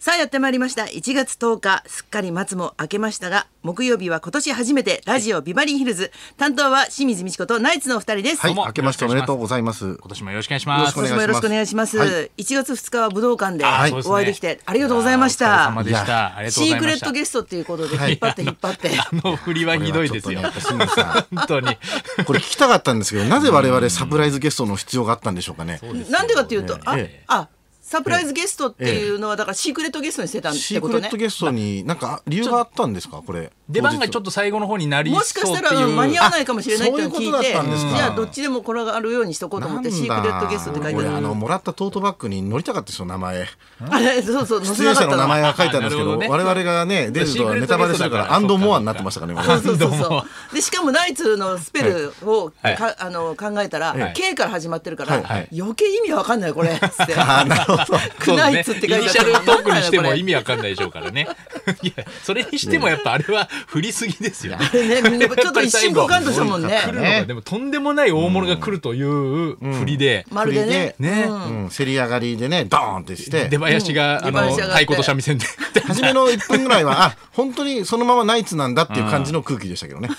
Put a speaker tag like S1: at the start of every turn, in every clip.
S1: さあやってまいりました1月10日すっかり松も明けましたが木曜日は今年初めてラジオビバリーヒルズ担当は清水美智子とナイツのお二人です、
S2: はい、
S1: 今
S2: 明けましておめでとうございます。
S3: 今年もよろしくお願いします。
S2: よろしく
S1: 年もよろしくお願いします、
S2: は
S1: 1月2日は武道館で
S2: はい
S1: お会いできてありがとうございまし
S3: お
S1: た
S3: 疲れ様でし
S2: いや
S3: た。ありがとうご
S1: シ
S3: ざ
S1: ー
S3: い
S1: ク
S3: ま
S1: レッ
S3: した。
S1: トゲストということで引っ張って引っ張 って
S3: あの振りはひどいですよ
S2: これ。はちょっとねやっぱ清水さん
S3: 本当に。
S2: これ聞きたかったんですけど、なぜ我々サプライズゲストの必要があったんでしょうかね。
S1: なんでかっていうと、あ
S2: ええ
S1: あサプライズゲストっていうのはだからシークレットゲストにしてたって
S2: シー
S1: こ
S2: ク
S1: と
S2: レッ
S1: ね
S2: トゲストになんか理由があったんですか、これ。
S3: 出番がちょっと最後の方になりそう
S1: も
S3: っ
S1: してか
S3: いう。
S1: したら間に合わないかもしれないっていうのを聞い
S2: あそうい
S1: て
S2: うことだったんですか
S1: じゃあどっちでも転がるようにしとこうと思ってシークレットゲストって書いて
S2: 俺
S1: あ
S2: あ
S1: る
S2: のもらったトートバッグに乗りたかったですよ名前
S1: あれそうそう載せ
S2: 出
S1: なかっ
S2: 演者
S1: た
S2: の
S1: の
S2: 名前が書いてあるんですけど
S3: あなるほど
S2: 我
S3: ね
S2: 々がね出るとはネタバレするから
S3: シークレットゲストだから
S2: アンドモアになってましたからね
S1: そうそうそうそうでしかもナイツのスペルを
S3: はい
S1: かあの考えたら
S3: はい
S1: K から始まってるから
S2: はいはい
S1: 余計意味わかんないこれ っつって
S2: あなるほど
S1: クナイツって書
S3: イ
S1: い
S3: ニ
S1: て
S3: シ
S1: あ
S3: ャ
S1: る
S3: ルトークにしても意
S1: 味
S3: 味わかんないでしょうからね。いや、それにしてもやっぱあれは振りすぎですよね。
S1: ねちょっと一瞬ポカンとしたもんね
S3: 来るのが、でもとんでもない大物が来るという振りで、
S1: まるでね
S2: 振り
S3: ね
S2: うん競り上がりでねドーンってして
S3: 出囃子が、
S1: うん
S3: あ
S1: 出囃
S3: の、
S1: 子上がって
S3: 太鼓と三味線で。
S2: 初めの1分ぐらいは、あ、本当にそのままナイツなんだっていう感じの空気でしたけどね。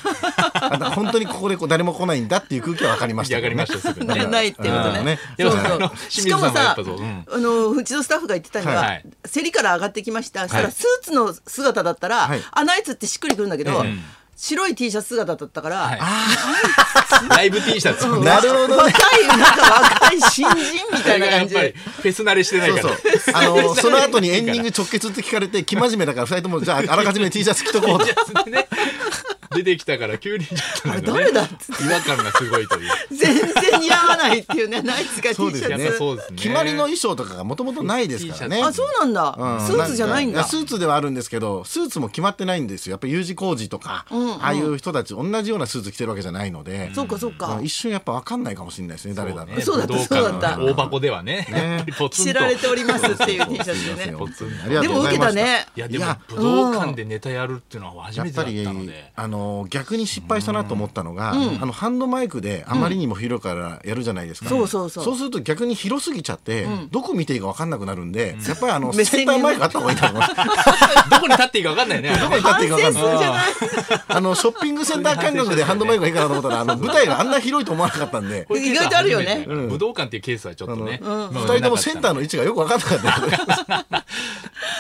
S2: あの本当にここでこう誰も来ないんだっていう空気は分かりましたけどね。
S3: いや分かりましたすぐね
S1: ね ないっていうことね。
S3: うん
S1: そう
S3: でもあの
S1: そう。
S3: 清
S1: し
S3: 水
S1: か
S3: さんは
S1: も
S3: や
S1: さ
S3: っぱそううん、、
S1: あのうちのスタッフが言ってたの
S2: は
S1: はい競りから上がってきました。したら
S3: はい
S1: スーツの姿だったら
S2: はい、
S1: あナイツってしっくりくるんだけど
S2: ええ、
S1: 白い T シャツ姿だったから、
S3: はいライブ T シャツ。
S2: なるほど
S1: 若
S2: ね。
S1: いなんか若い新人み
S3: そ
S1: た
S3: れ
S1: い
S3: が
S1: な
S3: や
S1: 感
S3: っ
S1: じ
S3: ぱり
S1: で。
S3: フェス慣れしてない
S2: そう
S3: か
S2: そう
S3: ら。
S2: あのその後にエンディング直結って聞かれて生真面目だから2人ともじゃああらかじめ T シャツ着とこうと
S3: ね、出てきたから急にちょっとなんかね
S1: あれ誰だっつ
S3: 違和感がすごいという。
S1: 全然似合わないっていうね、ナイツが T シ
S2: そうです
S3: や
S2: よ
S3: っ
S1: ャ
S2: ね
S3: ぱ
S1: ツ。
S3: そうですね。
S2: 決まりの衣装とかがもともとないですからね
S3: T シャ
S1: あ、そうなんだ。スーツじゃないん
S2: や
S1: だ。
S2: スーツではあるんですけどスーツも決まってないんですよやっぱ U 字工事とか、ああいう人たち同じようなスーツ着てるわけじゃないので、
S1: そうかそうか
S2: 一。瞬やっぱ分かんないかもしれないですね誰だろう
S1: そうだった
S3: 武道館の
S1: そうだった
S3: 大箱ではね。やっぱりポツ
S1: 知
S3: ンと
S1: られておりますっていう T シャツでね。
S2: そうそうそう
S3: ね
S2: ありが
S1: で
S2: とう
S1: も
S2: ござ
S1: 受け
S2: いま
S1: た
S2: した
S1: ね。
S3: いやで
S2: い
S3: も
S2: や
S3: 武道館でネタやるっていうのは初
S2: や
S3: め
S2: って
S3: だ
S2: ぱ
S3: った
S2: り
S3: ので。
S2: あの逆に失敗したなと思ったのが、あのハンドマイクであまりにも広いからやるじゃないですか、
S1: そうそうそう
S2: すると逆に広すぎちゃって、どこ見ていいか分かんなくなるんで、やっぱりあ の
S1: 目線
S2: セン
S1: が
S2: タ
S1: ね
S2: ーマイクあった方がいいと思います
S3: どこに立っていいか分かんないね。
S2: どこに立っていいか分かんな
S1: 反省
S2: い
S1: するじゃない
S2: あのショッピングセンター感覚でハンドマイクがいいかなと思ったらあの舞台があんな広いと思わなかった んで
S3: こういうケースは
S1: 意外とあるよね
S3: 初めてだから武道館っていうケースはちょっとね。
S2: 二人ともセンター
S3: の。
S2: の位置がよく分かんなかったんで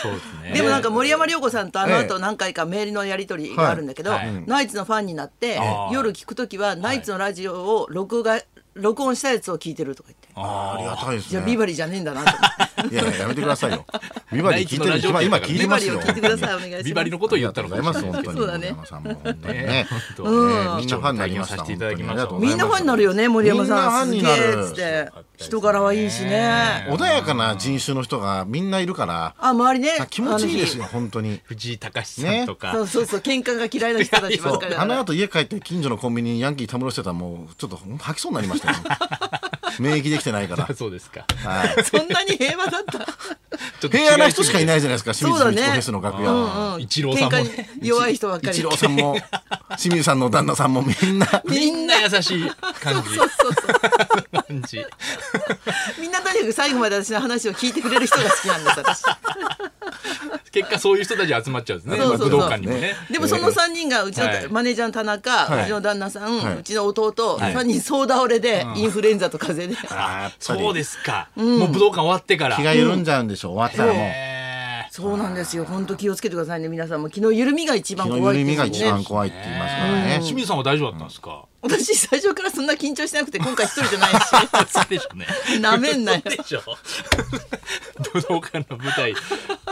S3: そうですね。
S1: でもなんか森山良子さんとあの
S2: え
S1: 後
S2: え
S1: 何回かメールのやり取りがあるんだけど、
S3: はいはい
S1: ナイツのファンになって
S3: あー
S1: 夜聞くときはナイツのラジオを録画録音したやつを聞いてるとか言って、
S2: ありがたいですね
S1: じゃあビバリーじゃねえんだなと思って。
S2: いやいややめてくださいよビバリー聞い てるんで今今聞い
S1: ビ
S2: て
S1: バ
S2: ま
S1: リ
S2: す
S1: ー
S2: よ
S1: を聞いてくださいお願いします。
S3: ビバリのことを言ったのか
S2: あり
S3: も
S2: が
S3: し
S2: と
S3: れ
S2: う
S3: な
S2: ご
S3: い
S2: ざいます本当に
S1: そうだね
S2: 森山さんも本当にね
S3: ね
S1: うん
S2: みんなファンになりました
S3: 貴重な体験をさせていただきました
S2: 本当
S1: み
S2: にありがとうご
S1: んなファンに
S2: ざいます
S1: なるよね森山さん。すげ
S2: みんなファンに
S1: え
S2: なる
S1: っつって人柄はいいしね。
S2: 穏やかな人種の人がみんないるから
S1: あ周りね
S2: あ気持ちいいですよ
S1: あ
S2: 本当に。
S3: 藤井隆さんと
S1: の
S3: か。
S1: そうそうそう喧嘩が嫌いな人たちば
S2: そ
S1: っ
S2: う
S1: かりだ
S2: あ
S1: か
S2: の
S1: ら。
S2: 後家帰って近所のコンビニにヤンキーたむろしてたらもうちょっと吐きそうになりましたよ 免疫できてないから、
S3: そうですか。
S2: はい、
S1: そんなに平和だった。
S3: ちょっと違。
S2: 平和な人しかいないいじゃないですか清
S1: そ
S2: 水
S1: うだ
S2: ミ
S1: ね
S2: チコフェスの楽
S3: う
S2: 屋
S3: ん一郎さんも
S1: 喧
S3: ね
S1: 嘩に弱い人ばっかり。
S2: 一郎さんも清水さんの旦那さんもみ んな
S3: みんな優しい感じ。
S1: そうそうそう。
S3: 感じ。
S1: みんなとにかく最後まで私の話を聞いてくれる人が好きなん です私
S3: 結果そういう人たちが集まっちゃうんですね。
S1: そうそうそう
S3: まあ武道館にもね。
S1: でもその3人がうちの
S3: はい
S1: マネージャーの田中、
S2: はいう
S1: ちの旦那さん、
S2: はいう
S1: ちの弟、
S3: はい
S1: 3人総倒れでインフルエンザと風邪で、
S2: あー
S3: そうですか。もう武道館終わってから。
S2: 気が緩んじゃうんでしょ終わったらもう
S3: へー
S1: そうなんですよ本当気をつけてくださいね皆さんも気の緩みが一番
S2: 気の
S1: 怖い
S2: 緩
S1: って
S2: み
S1: 言
S2: が
S1: うんですよ
S2: 一
S1: ね
S2: 番怖いって言いますからね
S3: 清水さんは大丈夫だったんですか。
S1: 私最初からそんな緊張してなくて今回一人じゃ ない
S3: そうでしょうね。
S1: しなめんなよ
S3: そうで しょ。武道館の舞台、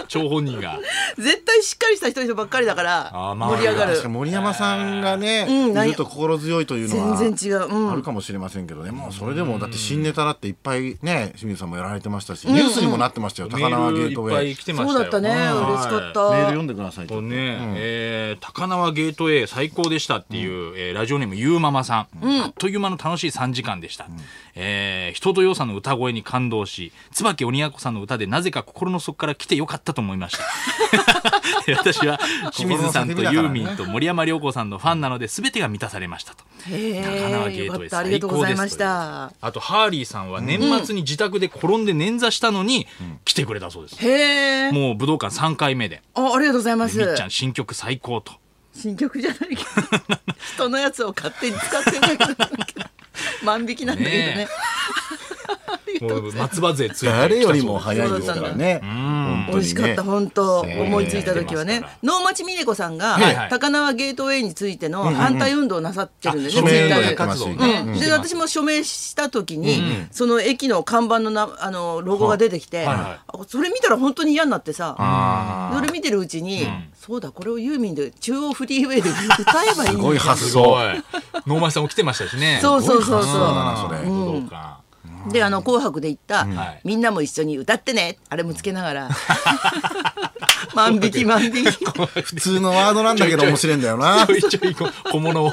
S3: 張本人が。
S1: 絶対しっかりした人々ばっかりだから
S3: あーまあ
S1: 盛り上がる
S2: 確かに森山さんがね、
S1: うんないい
S2: ると心強いというのは
S1: 全然違ううん
S2: あるかもしれませんけどねもうそれでもだって新ネタだっていっぱいね清水さんもやられてましたし、ニュースにもなってましたよ、
S3: メ
S2: 高輪
S3: ー
S2: ゲ
S3: ル
S2: ー
S3: い
S2: トウ
S3: っぱ
S2: ェイ
S3: い来てま
S1: そ
S3: し
S1: うだった
S3: たよ。
S1: ね
S3: はい
S1: 嬉しかった、
S2: メール読んでください
S3: とね、えー高輪ゲートウェイ最高でしたっていう、えーラジオネームゆうママさん、あっという間の楽しい3時間でした、えー人とよさんの歌声に感動し椿鬼奴さんの歌でなぜか心の底から来てよかったと思いました 私は清水さんとユーミンと森山良子さんのファンなので全てが満たされましたと。
S1: へ
S3: 高輪ゲ
S1: え
S3: ー
S1: よか
S3: トウェ
S1: っ
S3: イ
S1: たありが
S3: 最
S1: とうご
S3: 高
S1: ざ
S3: で
S1: い
S3: す
S1: ました
S3: あとハーリーさんは年末に自宅で転んで捻挫したのに来てくれたそうです。
S1: へえ
S3: もう武道館3回目で。
S1: あありがとうございま
S3: でみ
S1: す
S3: っちゃん新曲最高と。
S1: 新曲じゃないけど 人のやつを勝手に使ってるだけなんだけど 万引きなんだけどね
S3: ね
S1: ありがと
S3: も
S1: うご
S3: う
S1: ざいます
S3: 松葉勢ついてきたそうで
S2: 誰
S3: す
S2: よりも早いですからね。本当にね
S1: 美味しかった本当、
S2: ね
S1: 思いついた時はね能町みね子さんが、
S3: はいはい
S1: 高輪ゲートウェイについての反対運動をなさってるんでね、
S2: あ署名を
S1: Twitter
S2: や
S1: で
S2: ってますよね
S1: うんで私も署名した時に、その駅の看板のなあのロゴが出てきて、
S3: はいは
S1: あそれ見たら本当に嫌になってさ、
S2: あ
S1: それ見てるうちに、そうだこれをユーミンで中央フリーウェイ で歌えばいい
S2: ーす
S1: ん
S2: ごい
S1: だ
S2: 発
S3: すご
S2: 想。
S3: い。能町さんも来てましたしね。
S1: そうそうそう
S2: すごい発想だな
S1: そ
S2: それ
S3: うん武道館。
S1: うであの「紅白」で言った、
S3: はい
S1: みんなも一緒に歌ってね」あれもつけなが ら万引き万引き
S2: 普通のワードなんだけど面白いんだよな
S3: ち。ょいちょいこ小物を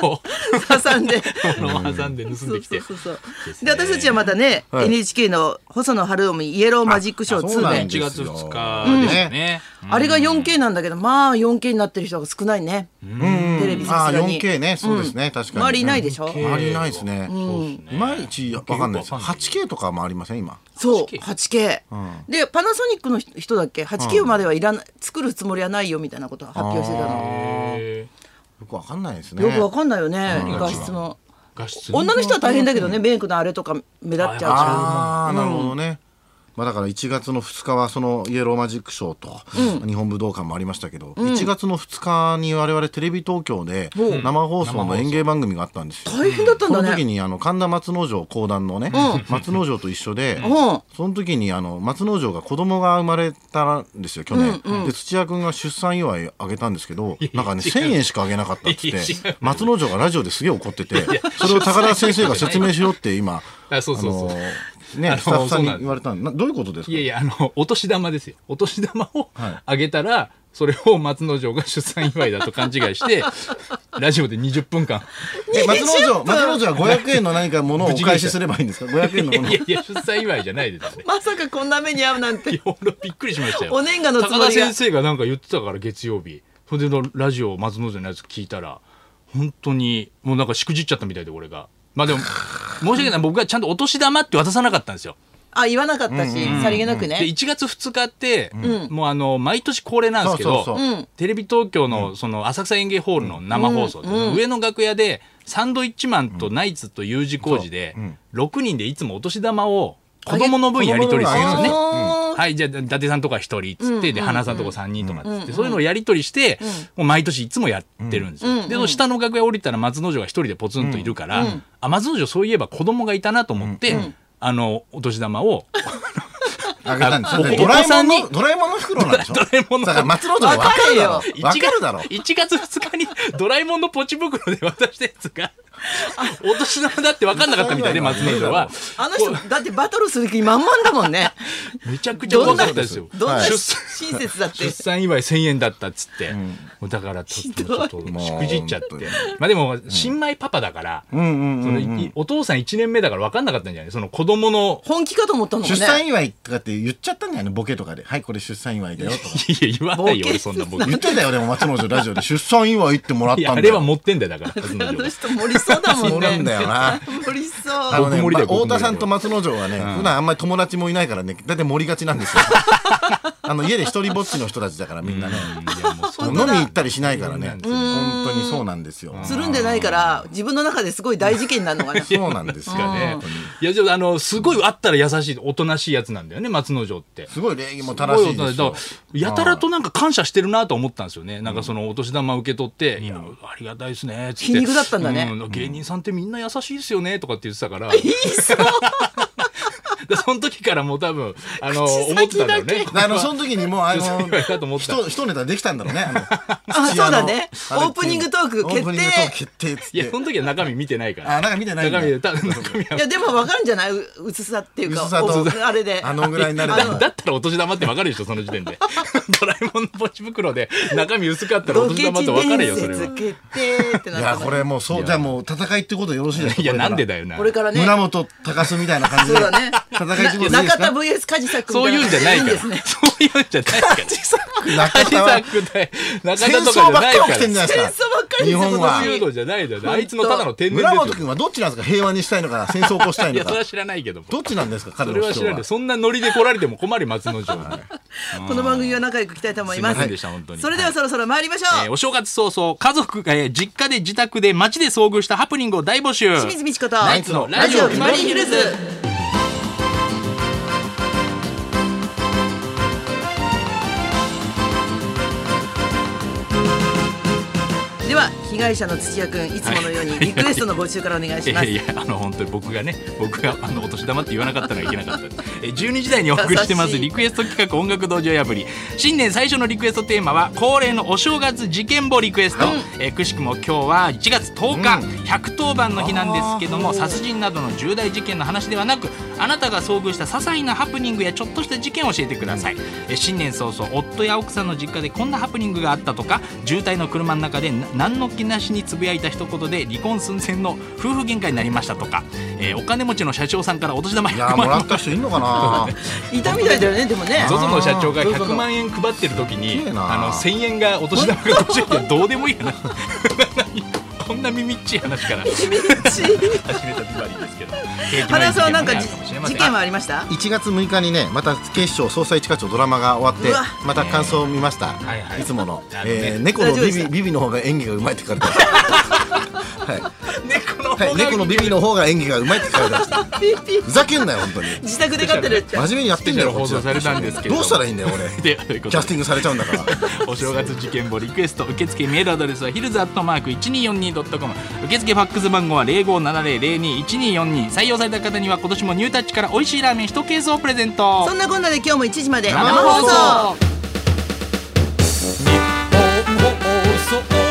S1: 挟んで。
S3: 小物を挟んで盗ん
S1: そ
S3: で
S1: う
S3: き
S1: そう
S3: て。
S1: そうそう。
S3: ね
S1: で私たちはまたね、
S2: はい
S1: NHK の細野晴臣イエローマジックショー
S2: あそうなん
S1: 2
S2: だ
S1: で。
S3: 1月2日ですね。
S1: あれが 4K なんだけどまあ 4K になってる人が少ないね。
S2: うん
S1: テレビ
S2: あ
S1: さ
S2: あ
S1: すがに
S2: 4K ね、そうですね、確かに。
S1: 周りいないでしょ。
S2: 周りいないですね。
S3: うん
S2: いまいちわかんないです。8K とかもありません今。
S1: そう
S3: 8K
S1: 8K。でパナソニックの人だっけ 8K まではいらない作るつもりはないよみたいなことを発表してたの。
S3: へ
S2: よくわかんないですね。
S1: よくわかんないよね
S2: うん
S1: 画質の。
S3: ー画質
S1: 女の人は大変だけどねメイクのあれとか目立っちゃうから。
S2: ああ、なるほどね。まあだから1月の2日はそのイエローマジックショーと日本武道館もありましたけど、1月の2日に我々テレビ東京で
S1: うん
S2: 生放送の演芸番組があったんですよ。
S1: 大変だったん
S2: そ
S1: だ
S2: の
S1: ね
S2: 時。にあの神田松之丞講談のね、松之丞と一緒で、
S1: うん
S2: その時にあの松之丞が子供が生まれたんですよ去年、で土屋君が出産祝いあげたんですけどなんかね1,000円しかあげなかったっつっ
S3: いや違
S2: て
S3: う
S2: 松之丞がラジオですげえ怒っててそれを高田先生が説明しろって今
S3: あそうそうそう
S2: あのー
S3: あ
S2: ね
S3: の
S2: スタッフさん
S3: そうなんで
S2: に
S3: す
S2: 言われたんなどういうことですか
S3: いやいや、あの、お年玉ですよ。お年玉を
S2: はい
S3: あげたら、それを松之丞が出産祝いだと勘違いして、ラジオで20分間。
S2: え松之丞松之丞は500円の何か物をお返しすればいいんですか500円の
S3: いや
S2: ものを
S3: いや、出産祝いじゃないですね。
S1: まさかこんな目に遭うなんて
S3: い。や、俺びっくりしましたよ。
S1: お年賀のつもりが
S3: 高田先生がなんか言ってたから、月曜日。それでラジオ松之丞のやつ聞いたら、本当に、もうなんかしくじっちゃったみたいで、俺が。まあでも、申し訳ない。僕がちゃんとお年玉って渡さなかったんですよ。
S1: あ言わなかったし、さりげなく
S3: で
S1: ね。
S3: 1月2日って、もうあの毎年恒例なんですけど
S2: そうそう
S1: そううん
S3: テレビ東京のその浅草演芸ホールの生放送で、上の楽屋でサンドイッチマンとナイツと U 字工事で、6人でいつもお年玉を子供の分やり取りするんですよね。
S1: あー
S3: はい、じゃあ、伊達さんとか一人っつって、で、花さんとか三人とかっつって、そういうのをやりとりして、もう毎年いつもやってるんですよ。で、その下の楽屋降りたら松之丞が一人でポツンといるから、あ、松之丞そういえば子供がいたなと思って、あの、お年玉 を、
S2: あげたんですよ
S3: あ
S2: でドラえもん
S3: お子さん
S2: のドラえもんの袋なんでしょ
S3: ドラえもんの
S2: だから松之丞わかるだろ
S1: わか
S2: わかるだろ
S3: 1月2日にドラえもんのポチ袋で渡したやつが、お年玉だって分かんなかったみたいで、松之丞は。
S1: あの人だってバトルする気満々だもん ね。
S3: めちゃくちゃ怖かったですよ。
S1: どんな
S2: はい
S1: 親
S3: 出産
S1: 切だって
S3: 出。産祝い1000円だったっつって、だからちょっとちょっとしくじっちゃって
S2: もう本当に
S3: まあでも新米パパだから、
S2: うんうん
S3: そのいお父さん1年目だから分かんなかったんじゃないその子供の
S1: 本気かと思ったのも
S2: 出産
S1: ね。
S2: 祝いとかって言っちゃったんだよねボケとかで「はいこれ出産祝いだよ」とか
S3: いやいや言わないよ
S1: 冒険
S3: 俺そんな 僕
S2: 言ってたよでも松之丞ラジオで「出産祝いってもらっ
S3: いや
S2: たんだ
S3: あれは
S2: よ」
S3: 持ってんだよだから
S1: あの人盛りそうだもんね。
S2: そうなんだよな
S1: 盛りそ
S2: あ
S1: う。
S2: のね、
S3: 僕森
S2: ま
S3: だ
S2: あ
S3: よ
S2: 太
S3: 僕森
S2: 田さんと松之丞はね、普段あんまり友達もいないからね、だいたい盛りがちなんですよ。 あの、家で一人ぼっちの人たちだからみんなね、
S3: いやもう
S2: 飲み行ったりしないからね、本当にそうなんですよ。
S1: つるんでないから自分の中ですごい大事件なのがね。
S2: そうなんですよ
S3: がね
S2: 本当に
S3: いやじゃああのすごいあったら優しいおとなしいやつなんだよね松之丞って
S2: すごい礼儀も正しい
S3: すごおとな
S2: です
S3: だ
S2: よ
S3: か。らやたらとなんか感謝してるなと思ったんですよね、なんかそのお年玉受け取って「いやありがたいですね」っつって
S1: 皮肉だったんだね
S3: う芸人さんってみんな優しいですよね」とかって言ってたから。でその時からもう多 分あの
S1: 口先
S3: 思ってたんだよ
S1: だ
S3: ね
S1: け。
S2: あの、その時にもう、あ
S3: 出産
S2: の
S3: 祝い だと思っ、た
S2: 一一ネタできたんだろうね。あの
S1: あそうだね
S2: 土屋のあれ
S1: オープニングトーク決定
S2: オープニングトーク決定っつっ
S3: いやそ
S2: て。
S3: の時は中身見てないから。
S2: あ、なんか見てないんだ
S3: 中身でた中身
S1: いやでもわかるんじゃないう薄さっていうか
S2: 薄さと
S1: おあれで。
S2: あのぐらいになれ
S1: あ
S2: ば
S1: の。
S3: だったらお年玉ってわかるでしょその時点で ドラえもんのポチ袋で中身薄かったらお
S1: ロケ
S3: 年
S1: 地
S3: 玉ってわかるよ
S1: 伝
S3: それは
S1: 説決定って
S2: い
S1: な
S2: や、
S1: った
S2: こ
S1: の。
S2: れもう、そう、じゃあもう戦いってことでよろしいですか
S3: いやなんで
S2: よ。
S3: だよな
S1: これからね。
S2: 村本隆みたいな感
S1: そ
S2: じ
S1: う
S2: で
S1: だね。
S2: 田中一
S1: 中
S2: 門さんいいです
S1: 田
S2: か
S1: VS 梶作
S3: そういうんじゃないか
S1: ん
S3: ら。
S1: です
S3: そう
S1: ね
S3: いうんじゃないか
S2: 中
S3: ら。
S2: 田は
S3: 梶作で中
S2: 戦
S3: 田とかじゃ
S2: 争ばっか
S3: な
S2: り
S3: い
S2: 起き
S3: か
S2: てんじゃ
S3: ら。
S2: ないです
S1: 戦争ばっか
S2: か
S1: り
S2: 日本は
S3: そういうのじゃないじゃない。あいつのただの天然
S2: 村本
S3: ですよ。
S2: 君はどっちなんですか平和にしたいのか戦争を起こしたい
S3: い
S2: の
S3: や、それは
S2: か
S3: 知らないけども。
S2: どっちなんですか彼
S3: そ
S2: の
S3: れは
S2: 主張
S3: 知らない。
S2: は
S3: そんなノリで来られても困る松之丞は。
S1: この番組は仲良く来たいと思います
S3: すいませんでした本当に
S1: それではそろそろ参りましょ
S3: えー
S1: う、
S3: お正月早々、家族が、えー実家で自宅で街で遭遇したハプニングを大募集。
S1: 清水美智子と
S2: ナイツの
S1: ラジオビバリーヒルズでは被害者の土屋君いつものようにリクエストの募集からお願いし
S3: い
S1: ま
S3: や
S1: す
S3: いやあの本当に僕がね僕があのお年玉って言わなかったのはいけなかったですえ12時台にお送りしてま
S1: 優
S3: す
S1: しい
S3: リクエスト企画音楽道場破り新年最初のリクエストテーマは恒例のお正月事件簿リクエスト、えくしくも今日は1月10日、110番の日なんですけども殺人などの重大事件の話ではなくあなたが遭遇した些細なハプニングやちょっとした事件を教えてください、え新年早々夫や奥さんの実家でこんなハプニングがあったとか渋滞の車の中でな何の気なしにつぶやいた一言で離婚寸前の夫婦喧嘩になりましたとか、えーお金持ちの社長さんからお年玉
S2: いやー
S3: 100
S2: もら
S3: 万
S2: った人いんのか な
S1: いたみたいだよねでもね
S2: そう
S3: ZOZO の社長が
S2: あー
S3: 100万円配ってる時
S2: すげ
S3: に
S2: えな
S3: あの1000円がお年玉が欲しいってどうでもいいよな こんな耳っちい話から始めたビバリーです けど景気のい
S1: 花
S3: い
S1: 輪
S3: 事
S1: さんは
S3: 件も
S1: なんかじ
S3: ねあるかもしれませ
S1: 事
S3: ん
S1: 件はありました
S2: 1月6日にねまた警視庁捜査一課長ドラマが終わっ
S1: う
S2: て
S1: わ
S2: また感想を見ました、
S3: はい
S2: い
S3: はい
S2: つもの、
S3: なるほどね
S2: えー猫の
S1: 大丈夫で
S2: ビ
S1: した
S2: ビビビの方が演技がうまいって書か れてましたはい、
S3: 猫の
S2: はい、猫のビビの方が演技がうまいって書かれてました
S1: ピッピッ
S2: ふざけんなよ本当に
S1: 自宅で飼ってるって
S2: 真面目にやってんだよ
S3: スペシャル放送されたんですけれ
S2: ど
S3: ども
S2: うしたらいいんだ よ俺
S3: でということで
S2: キャスティングされちゃうんだから
S3: お正月事件簿リクエスト受付メールアドレスはヒルズアットマーク 1242.com 受付ファックス番号は0570021242採用された方には今年もニュータッチから美味しいラーメン1ケースをプレゼント
S1: そんなこんなで今日も1時まで
S2: 生
S1: 生放送
S3: 日本放送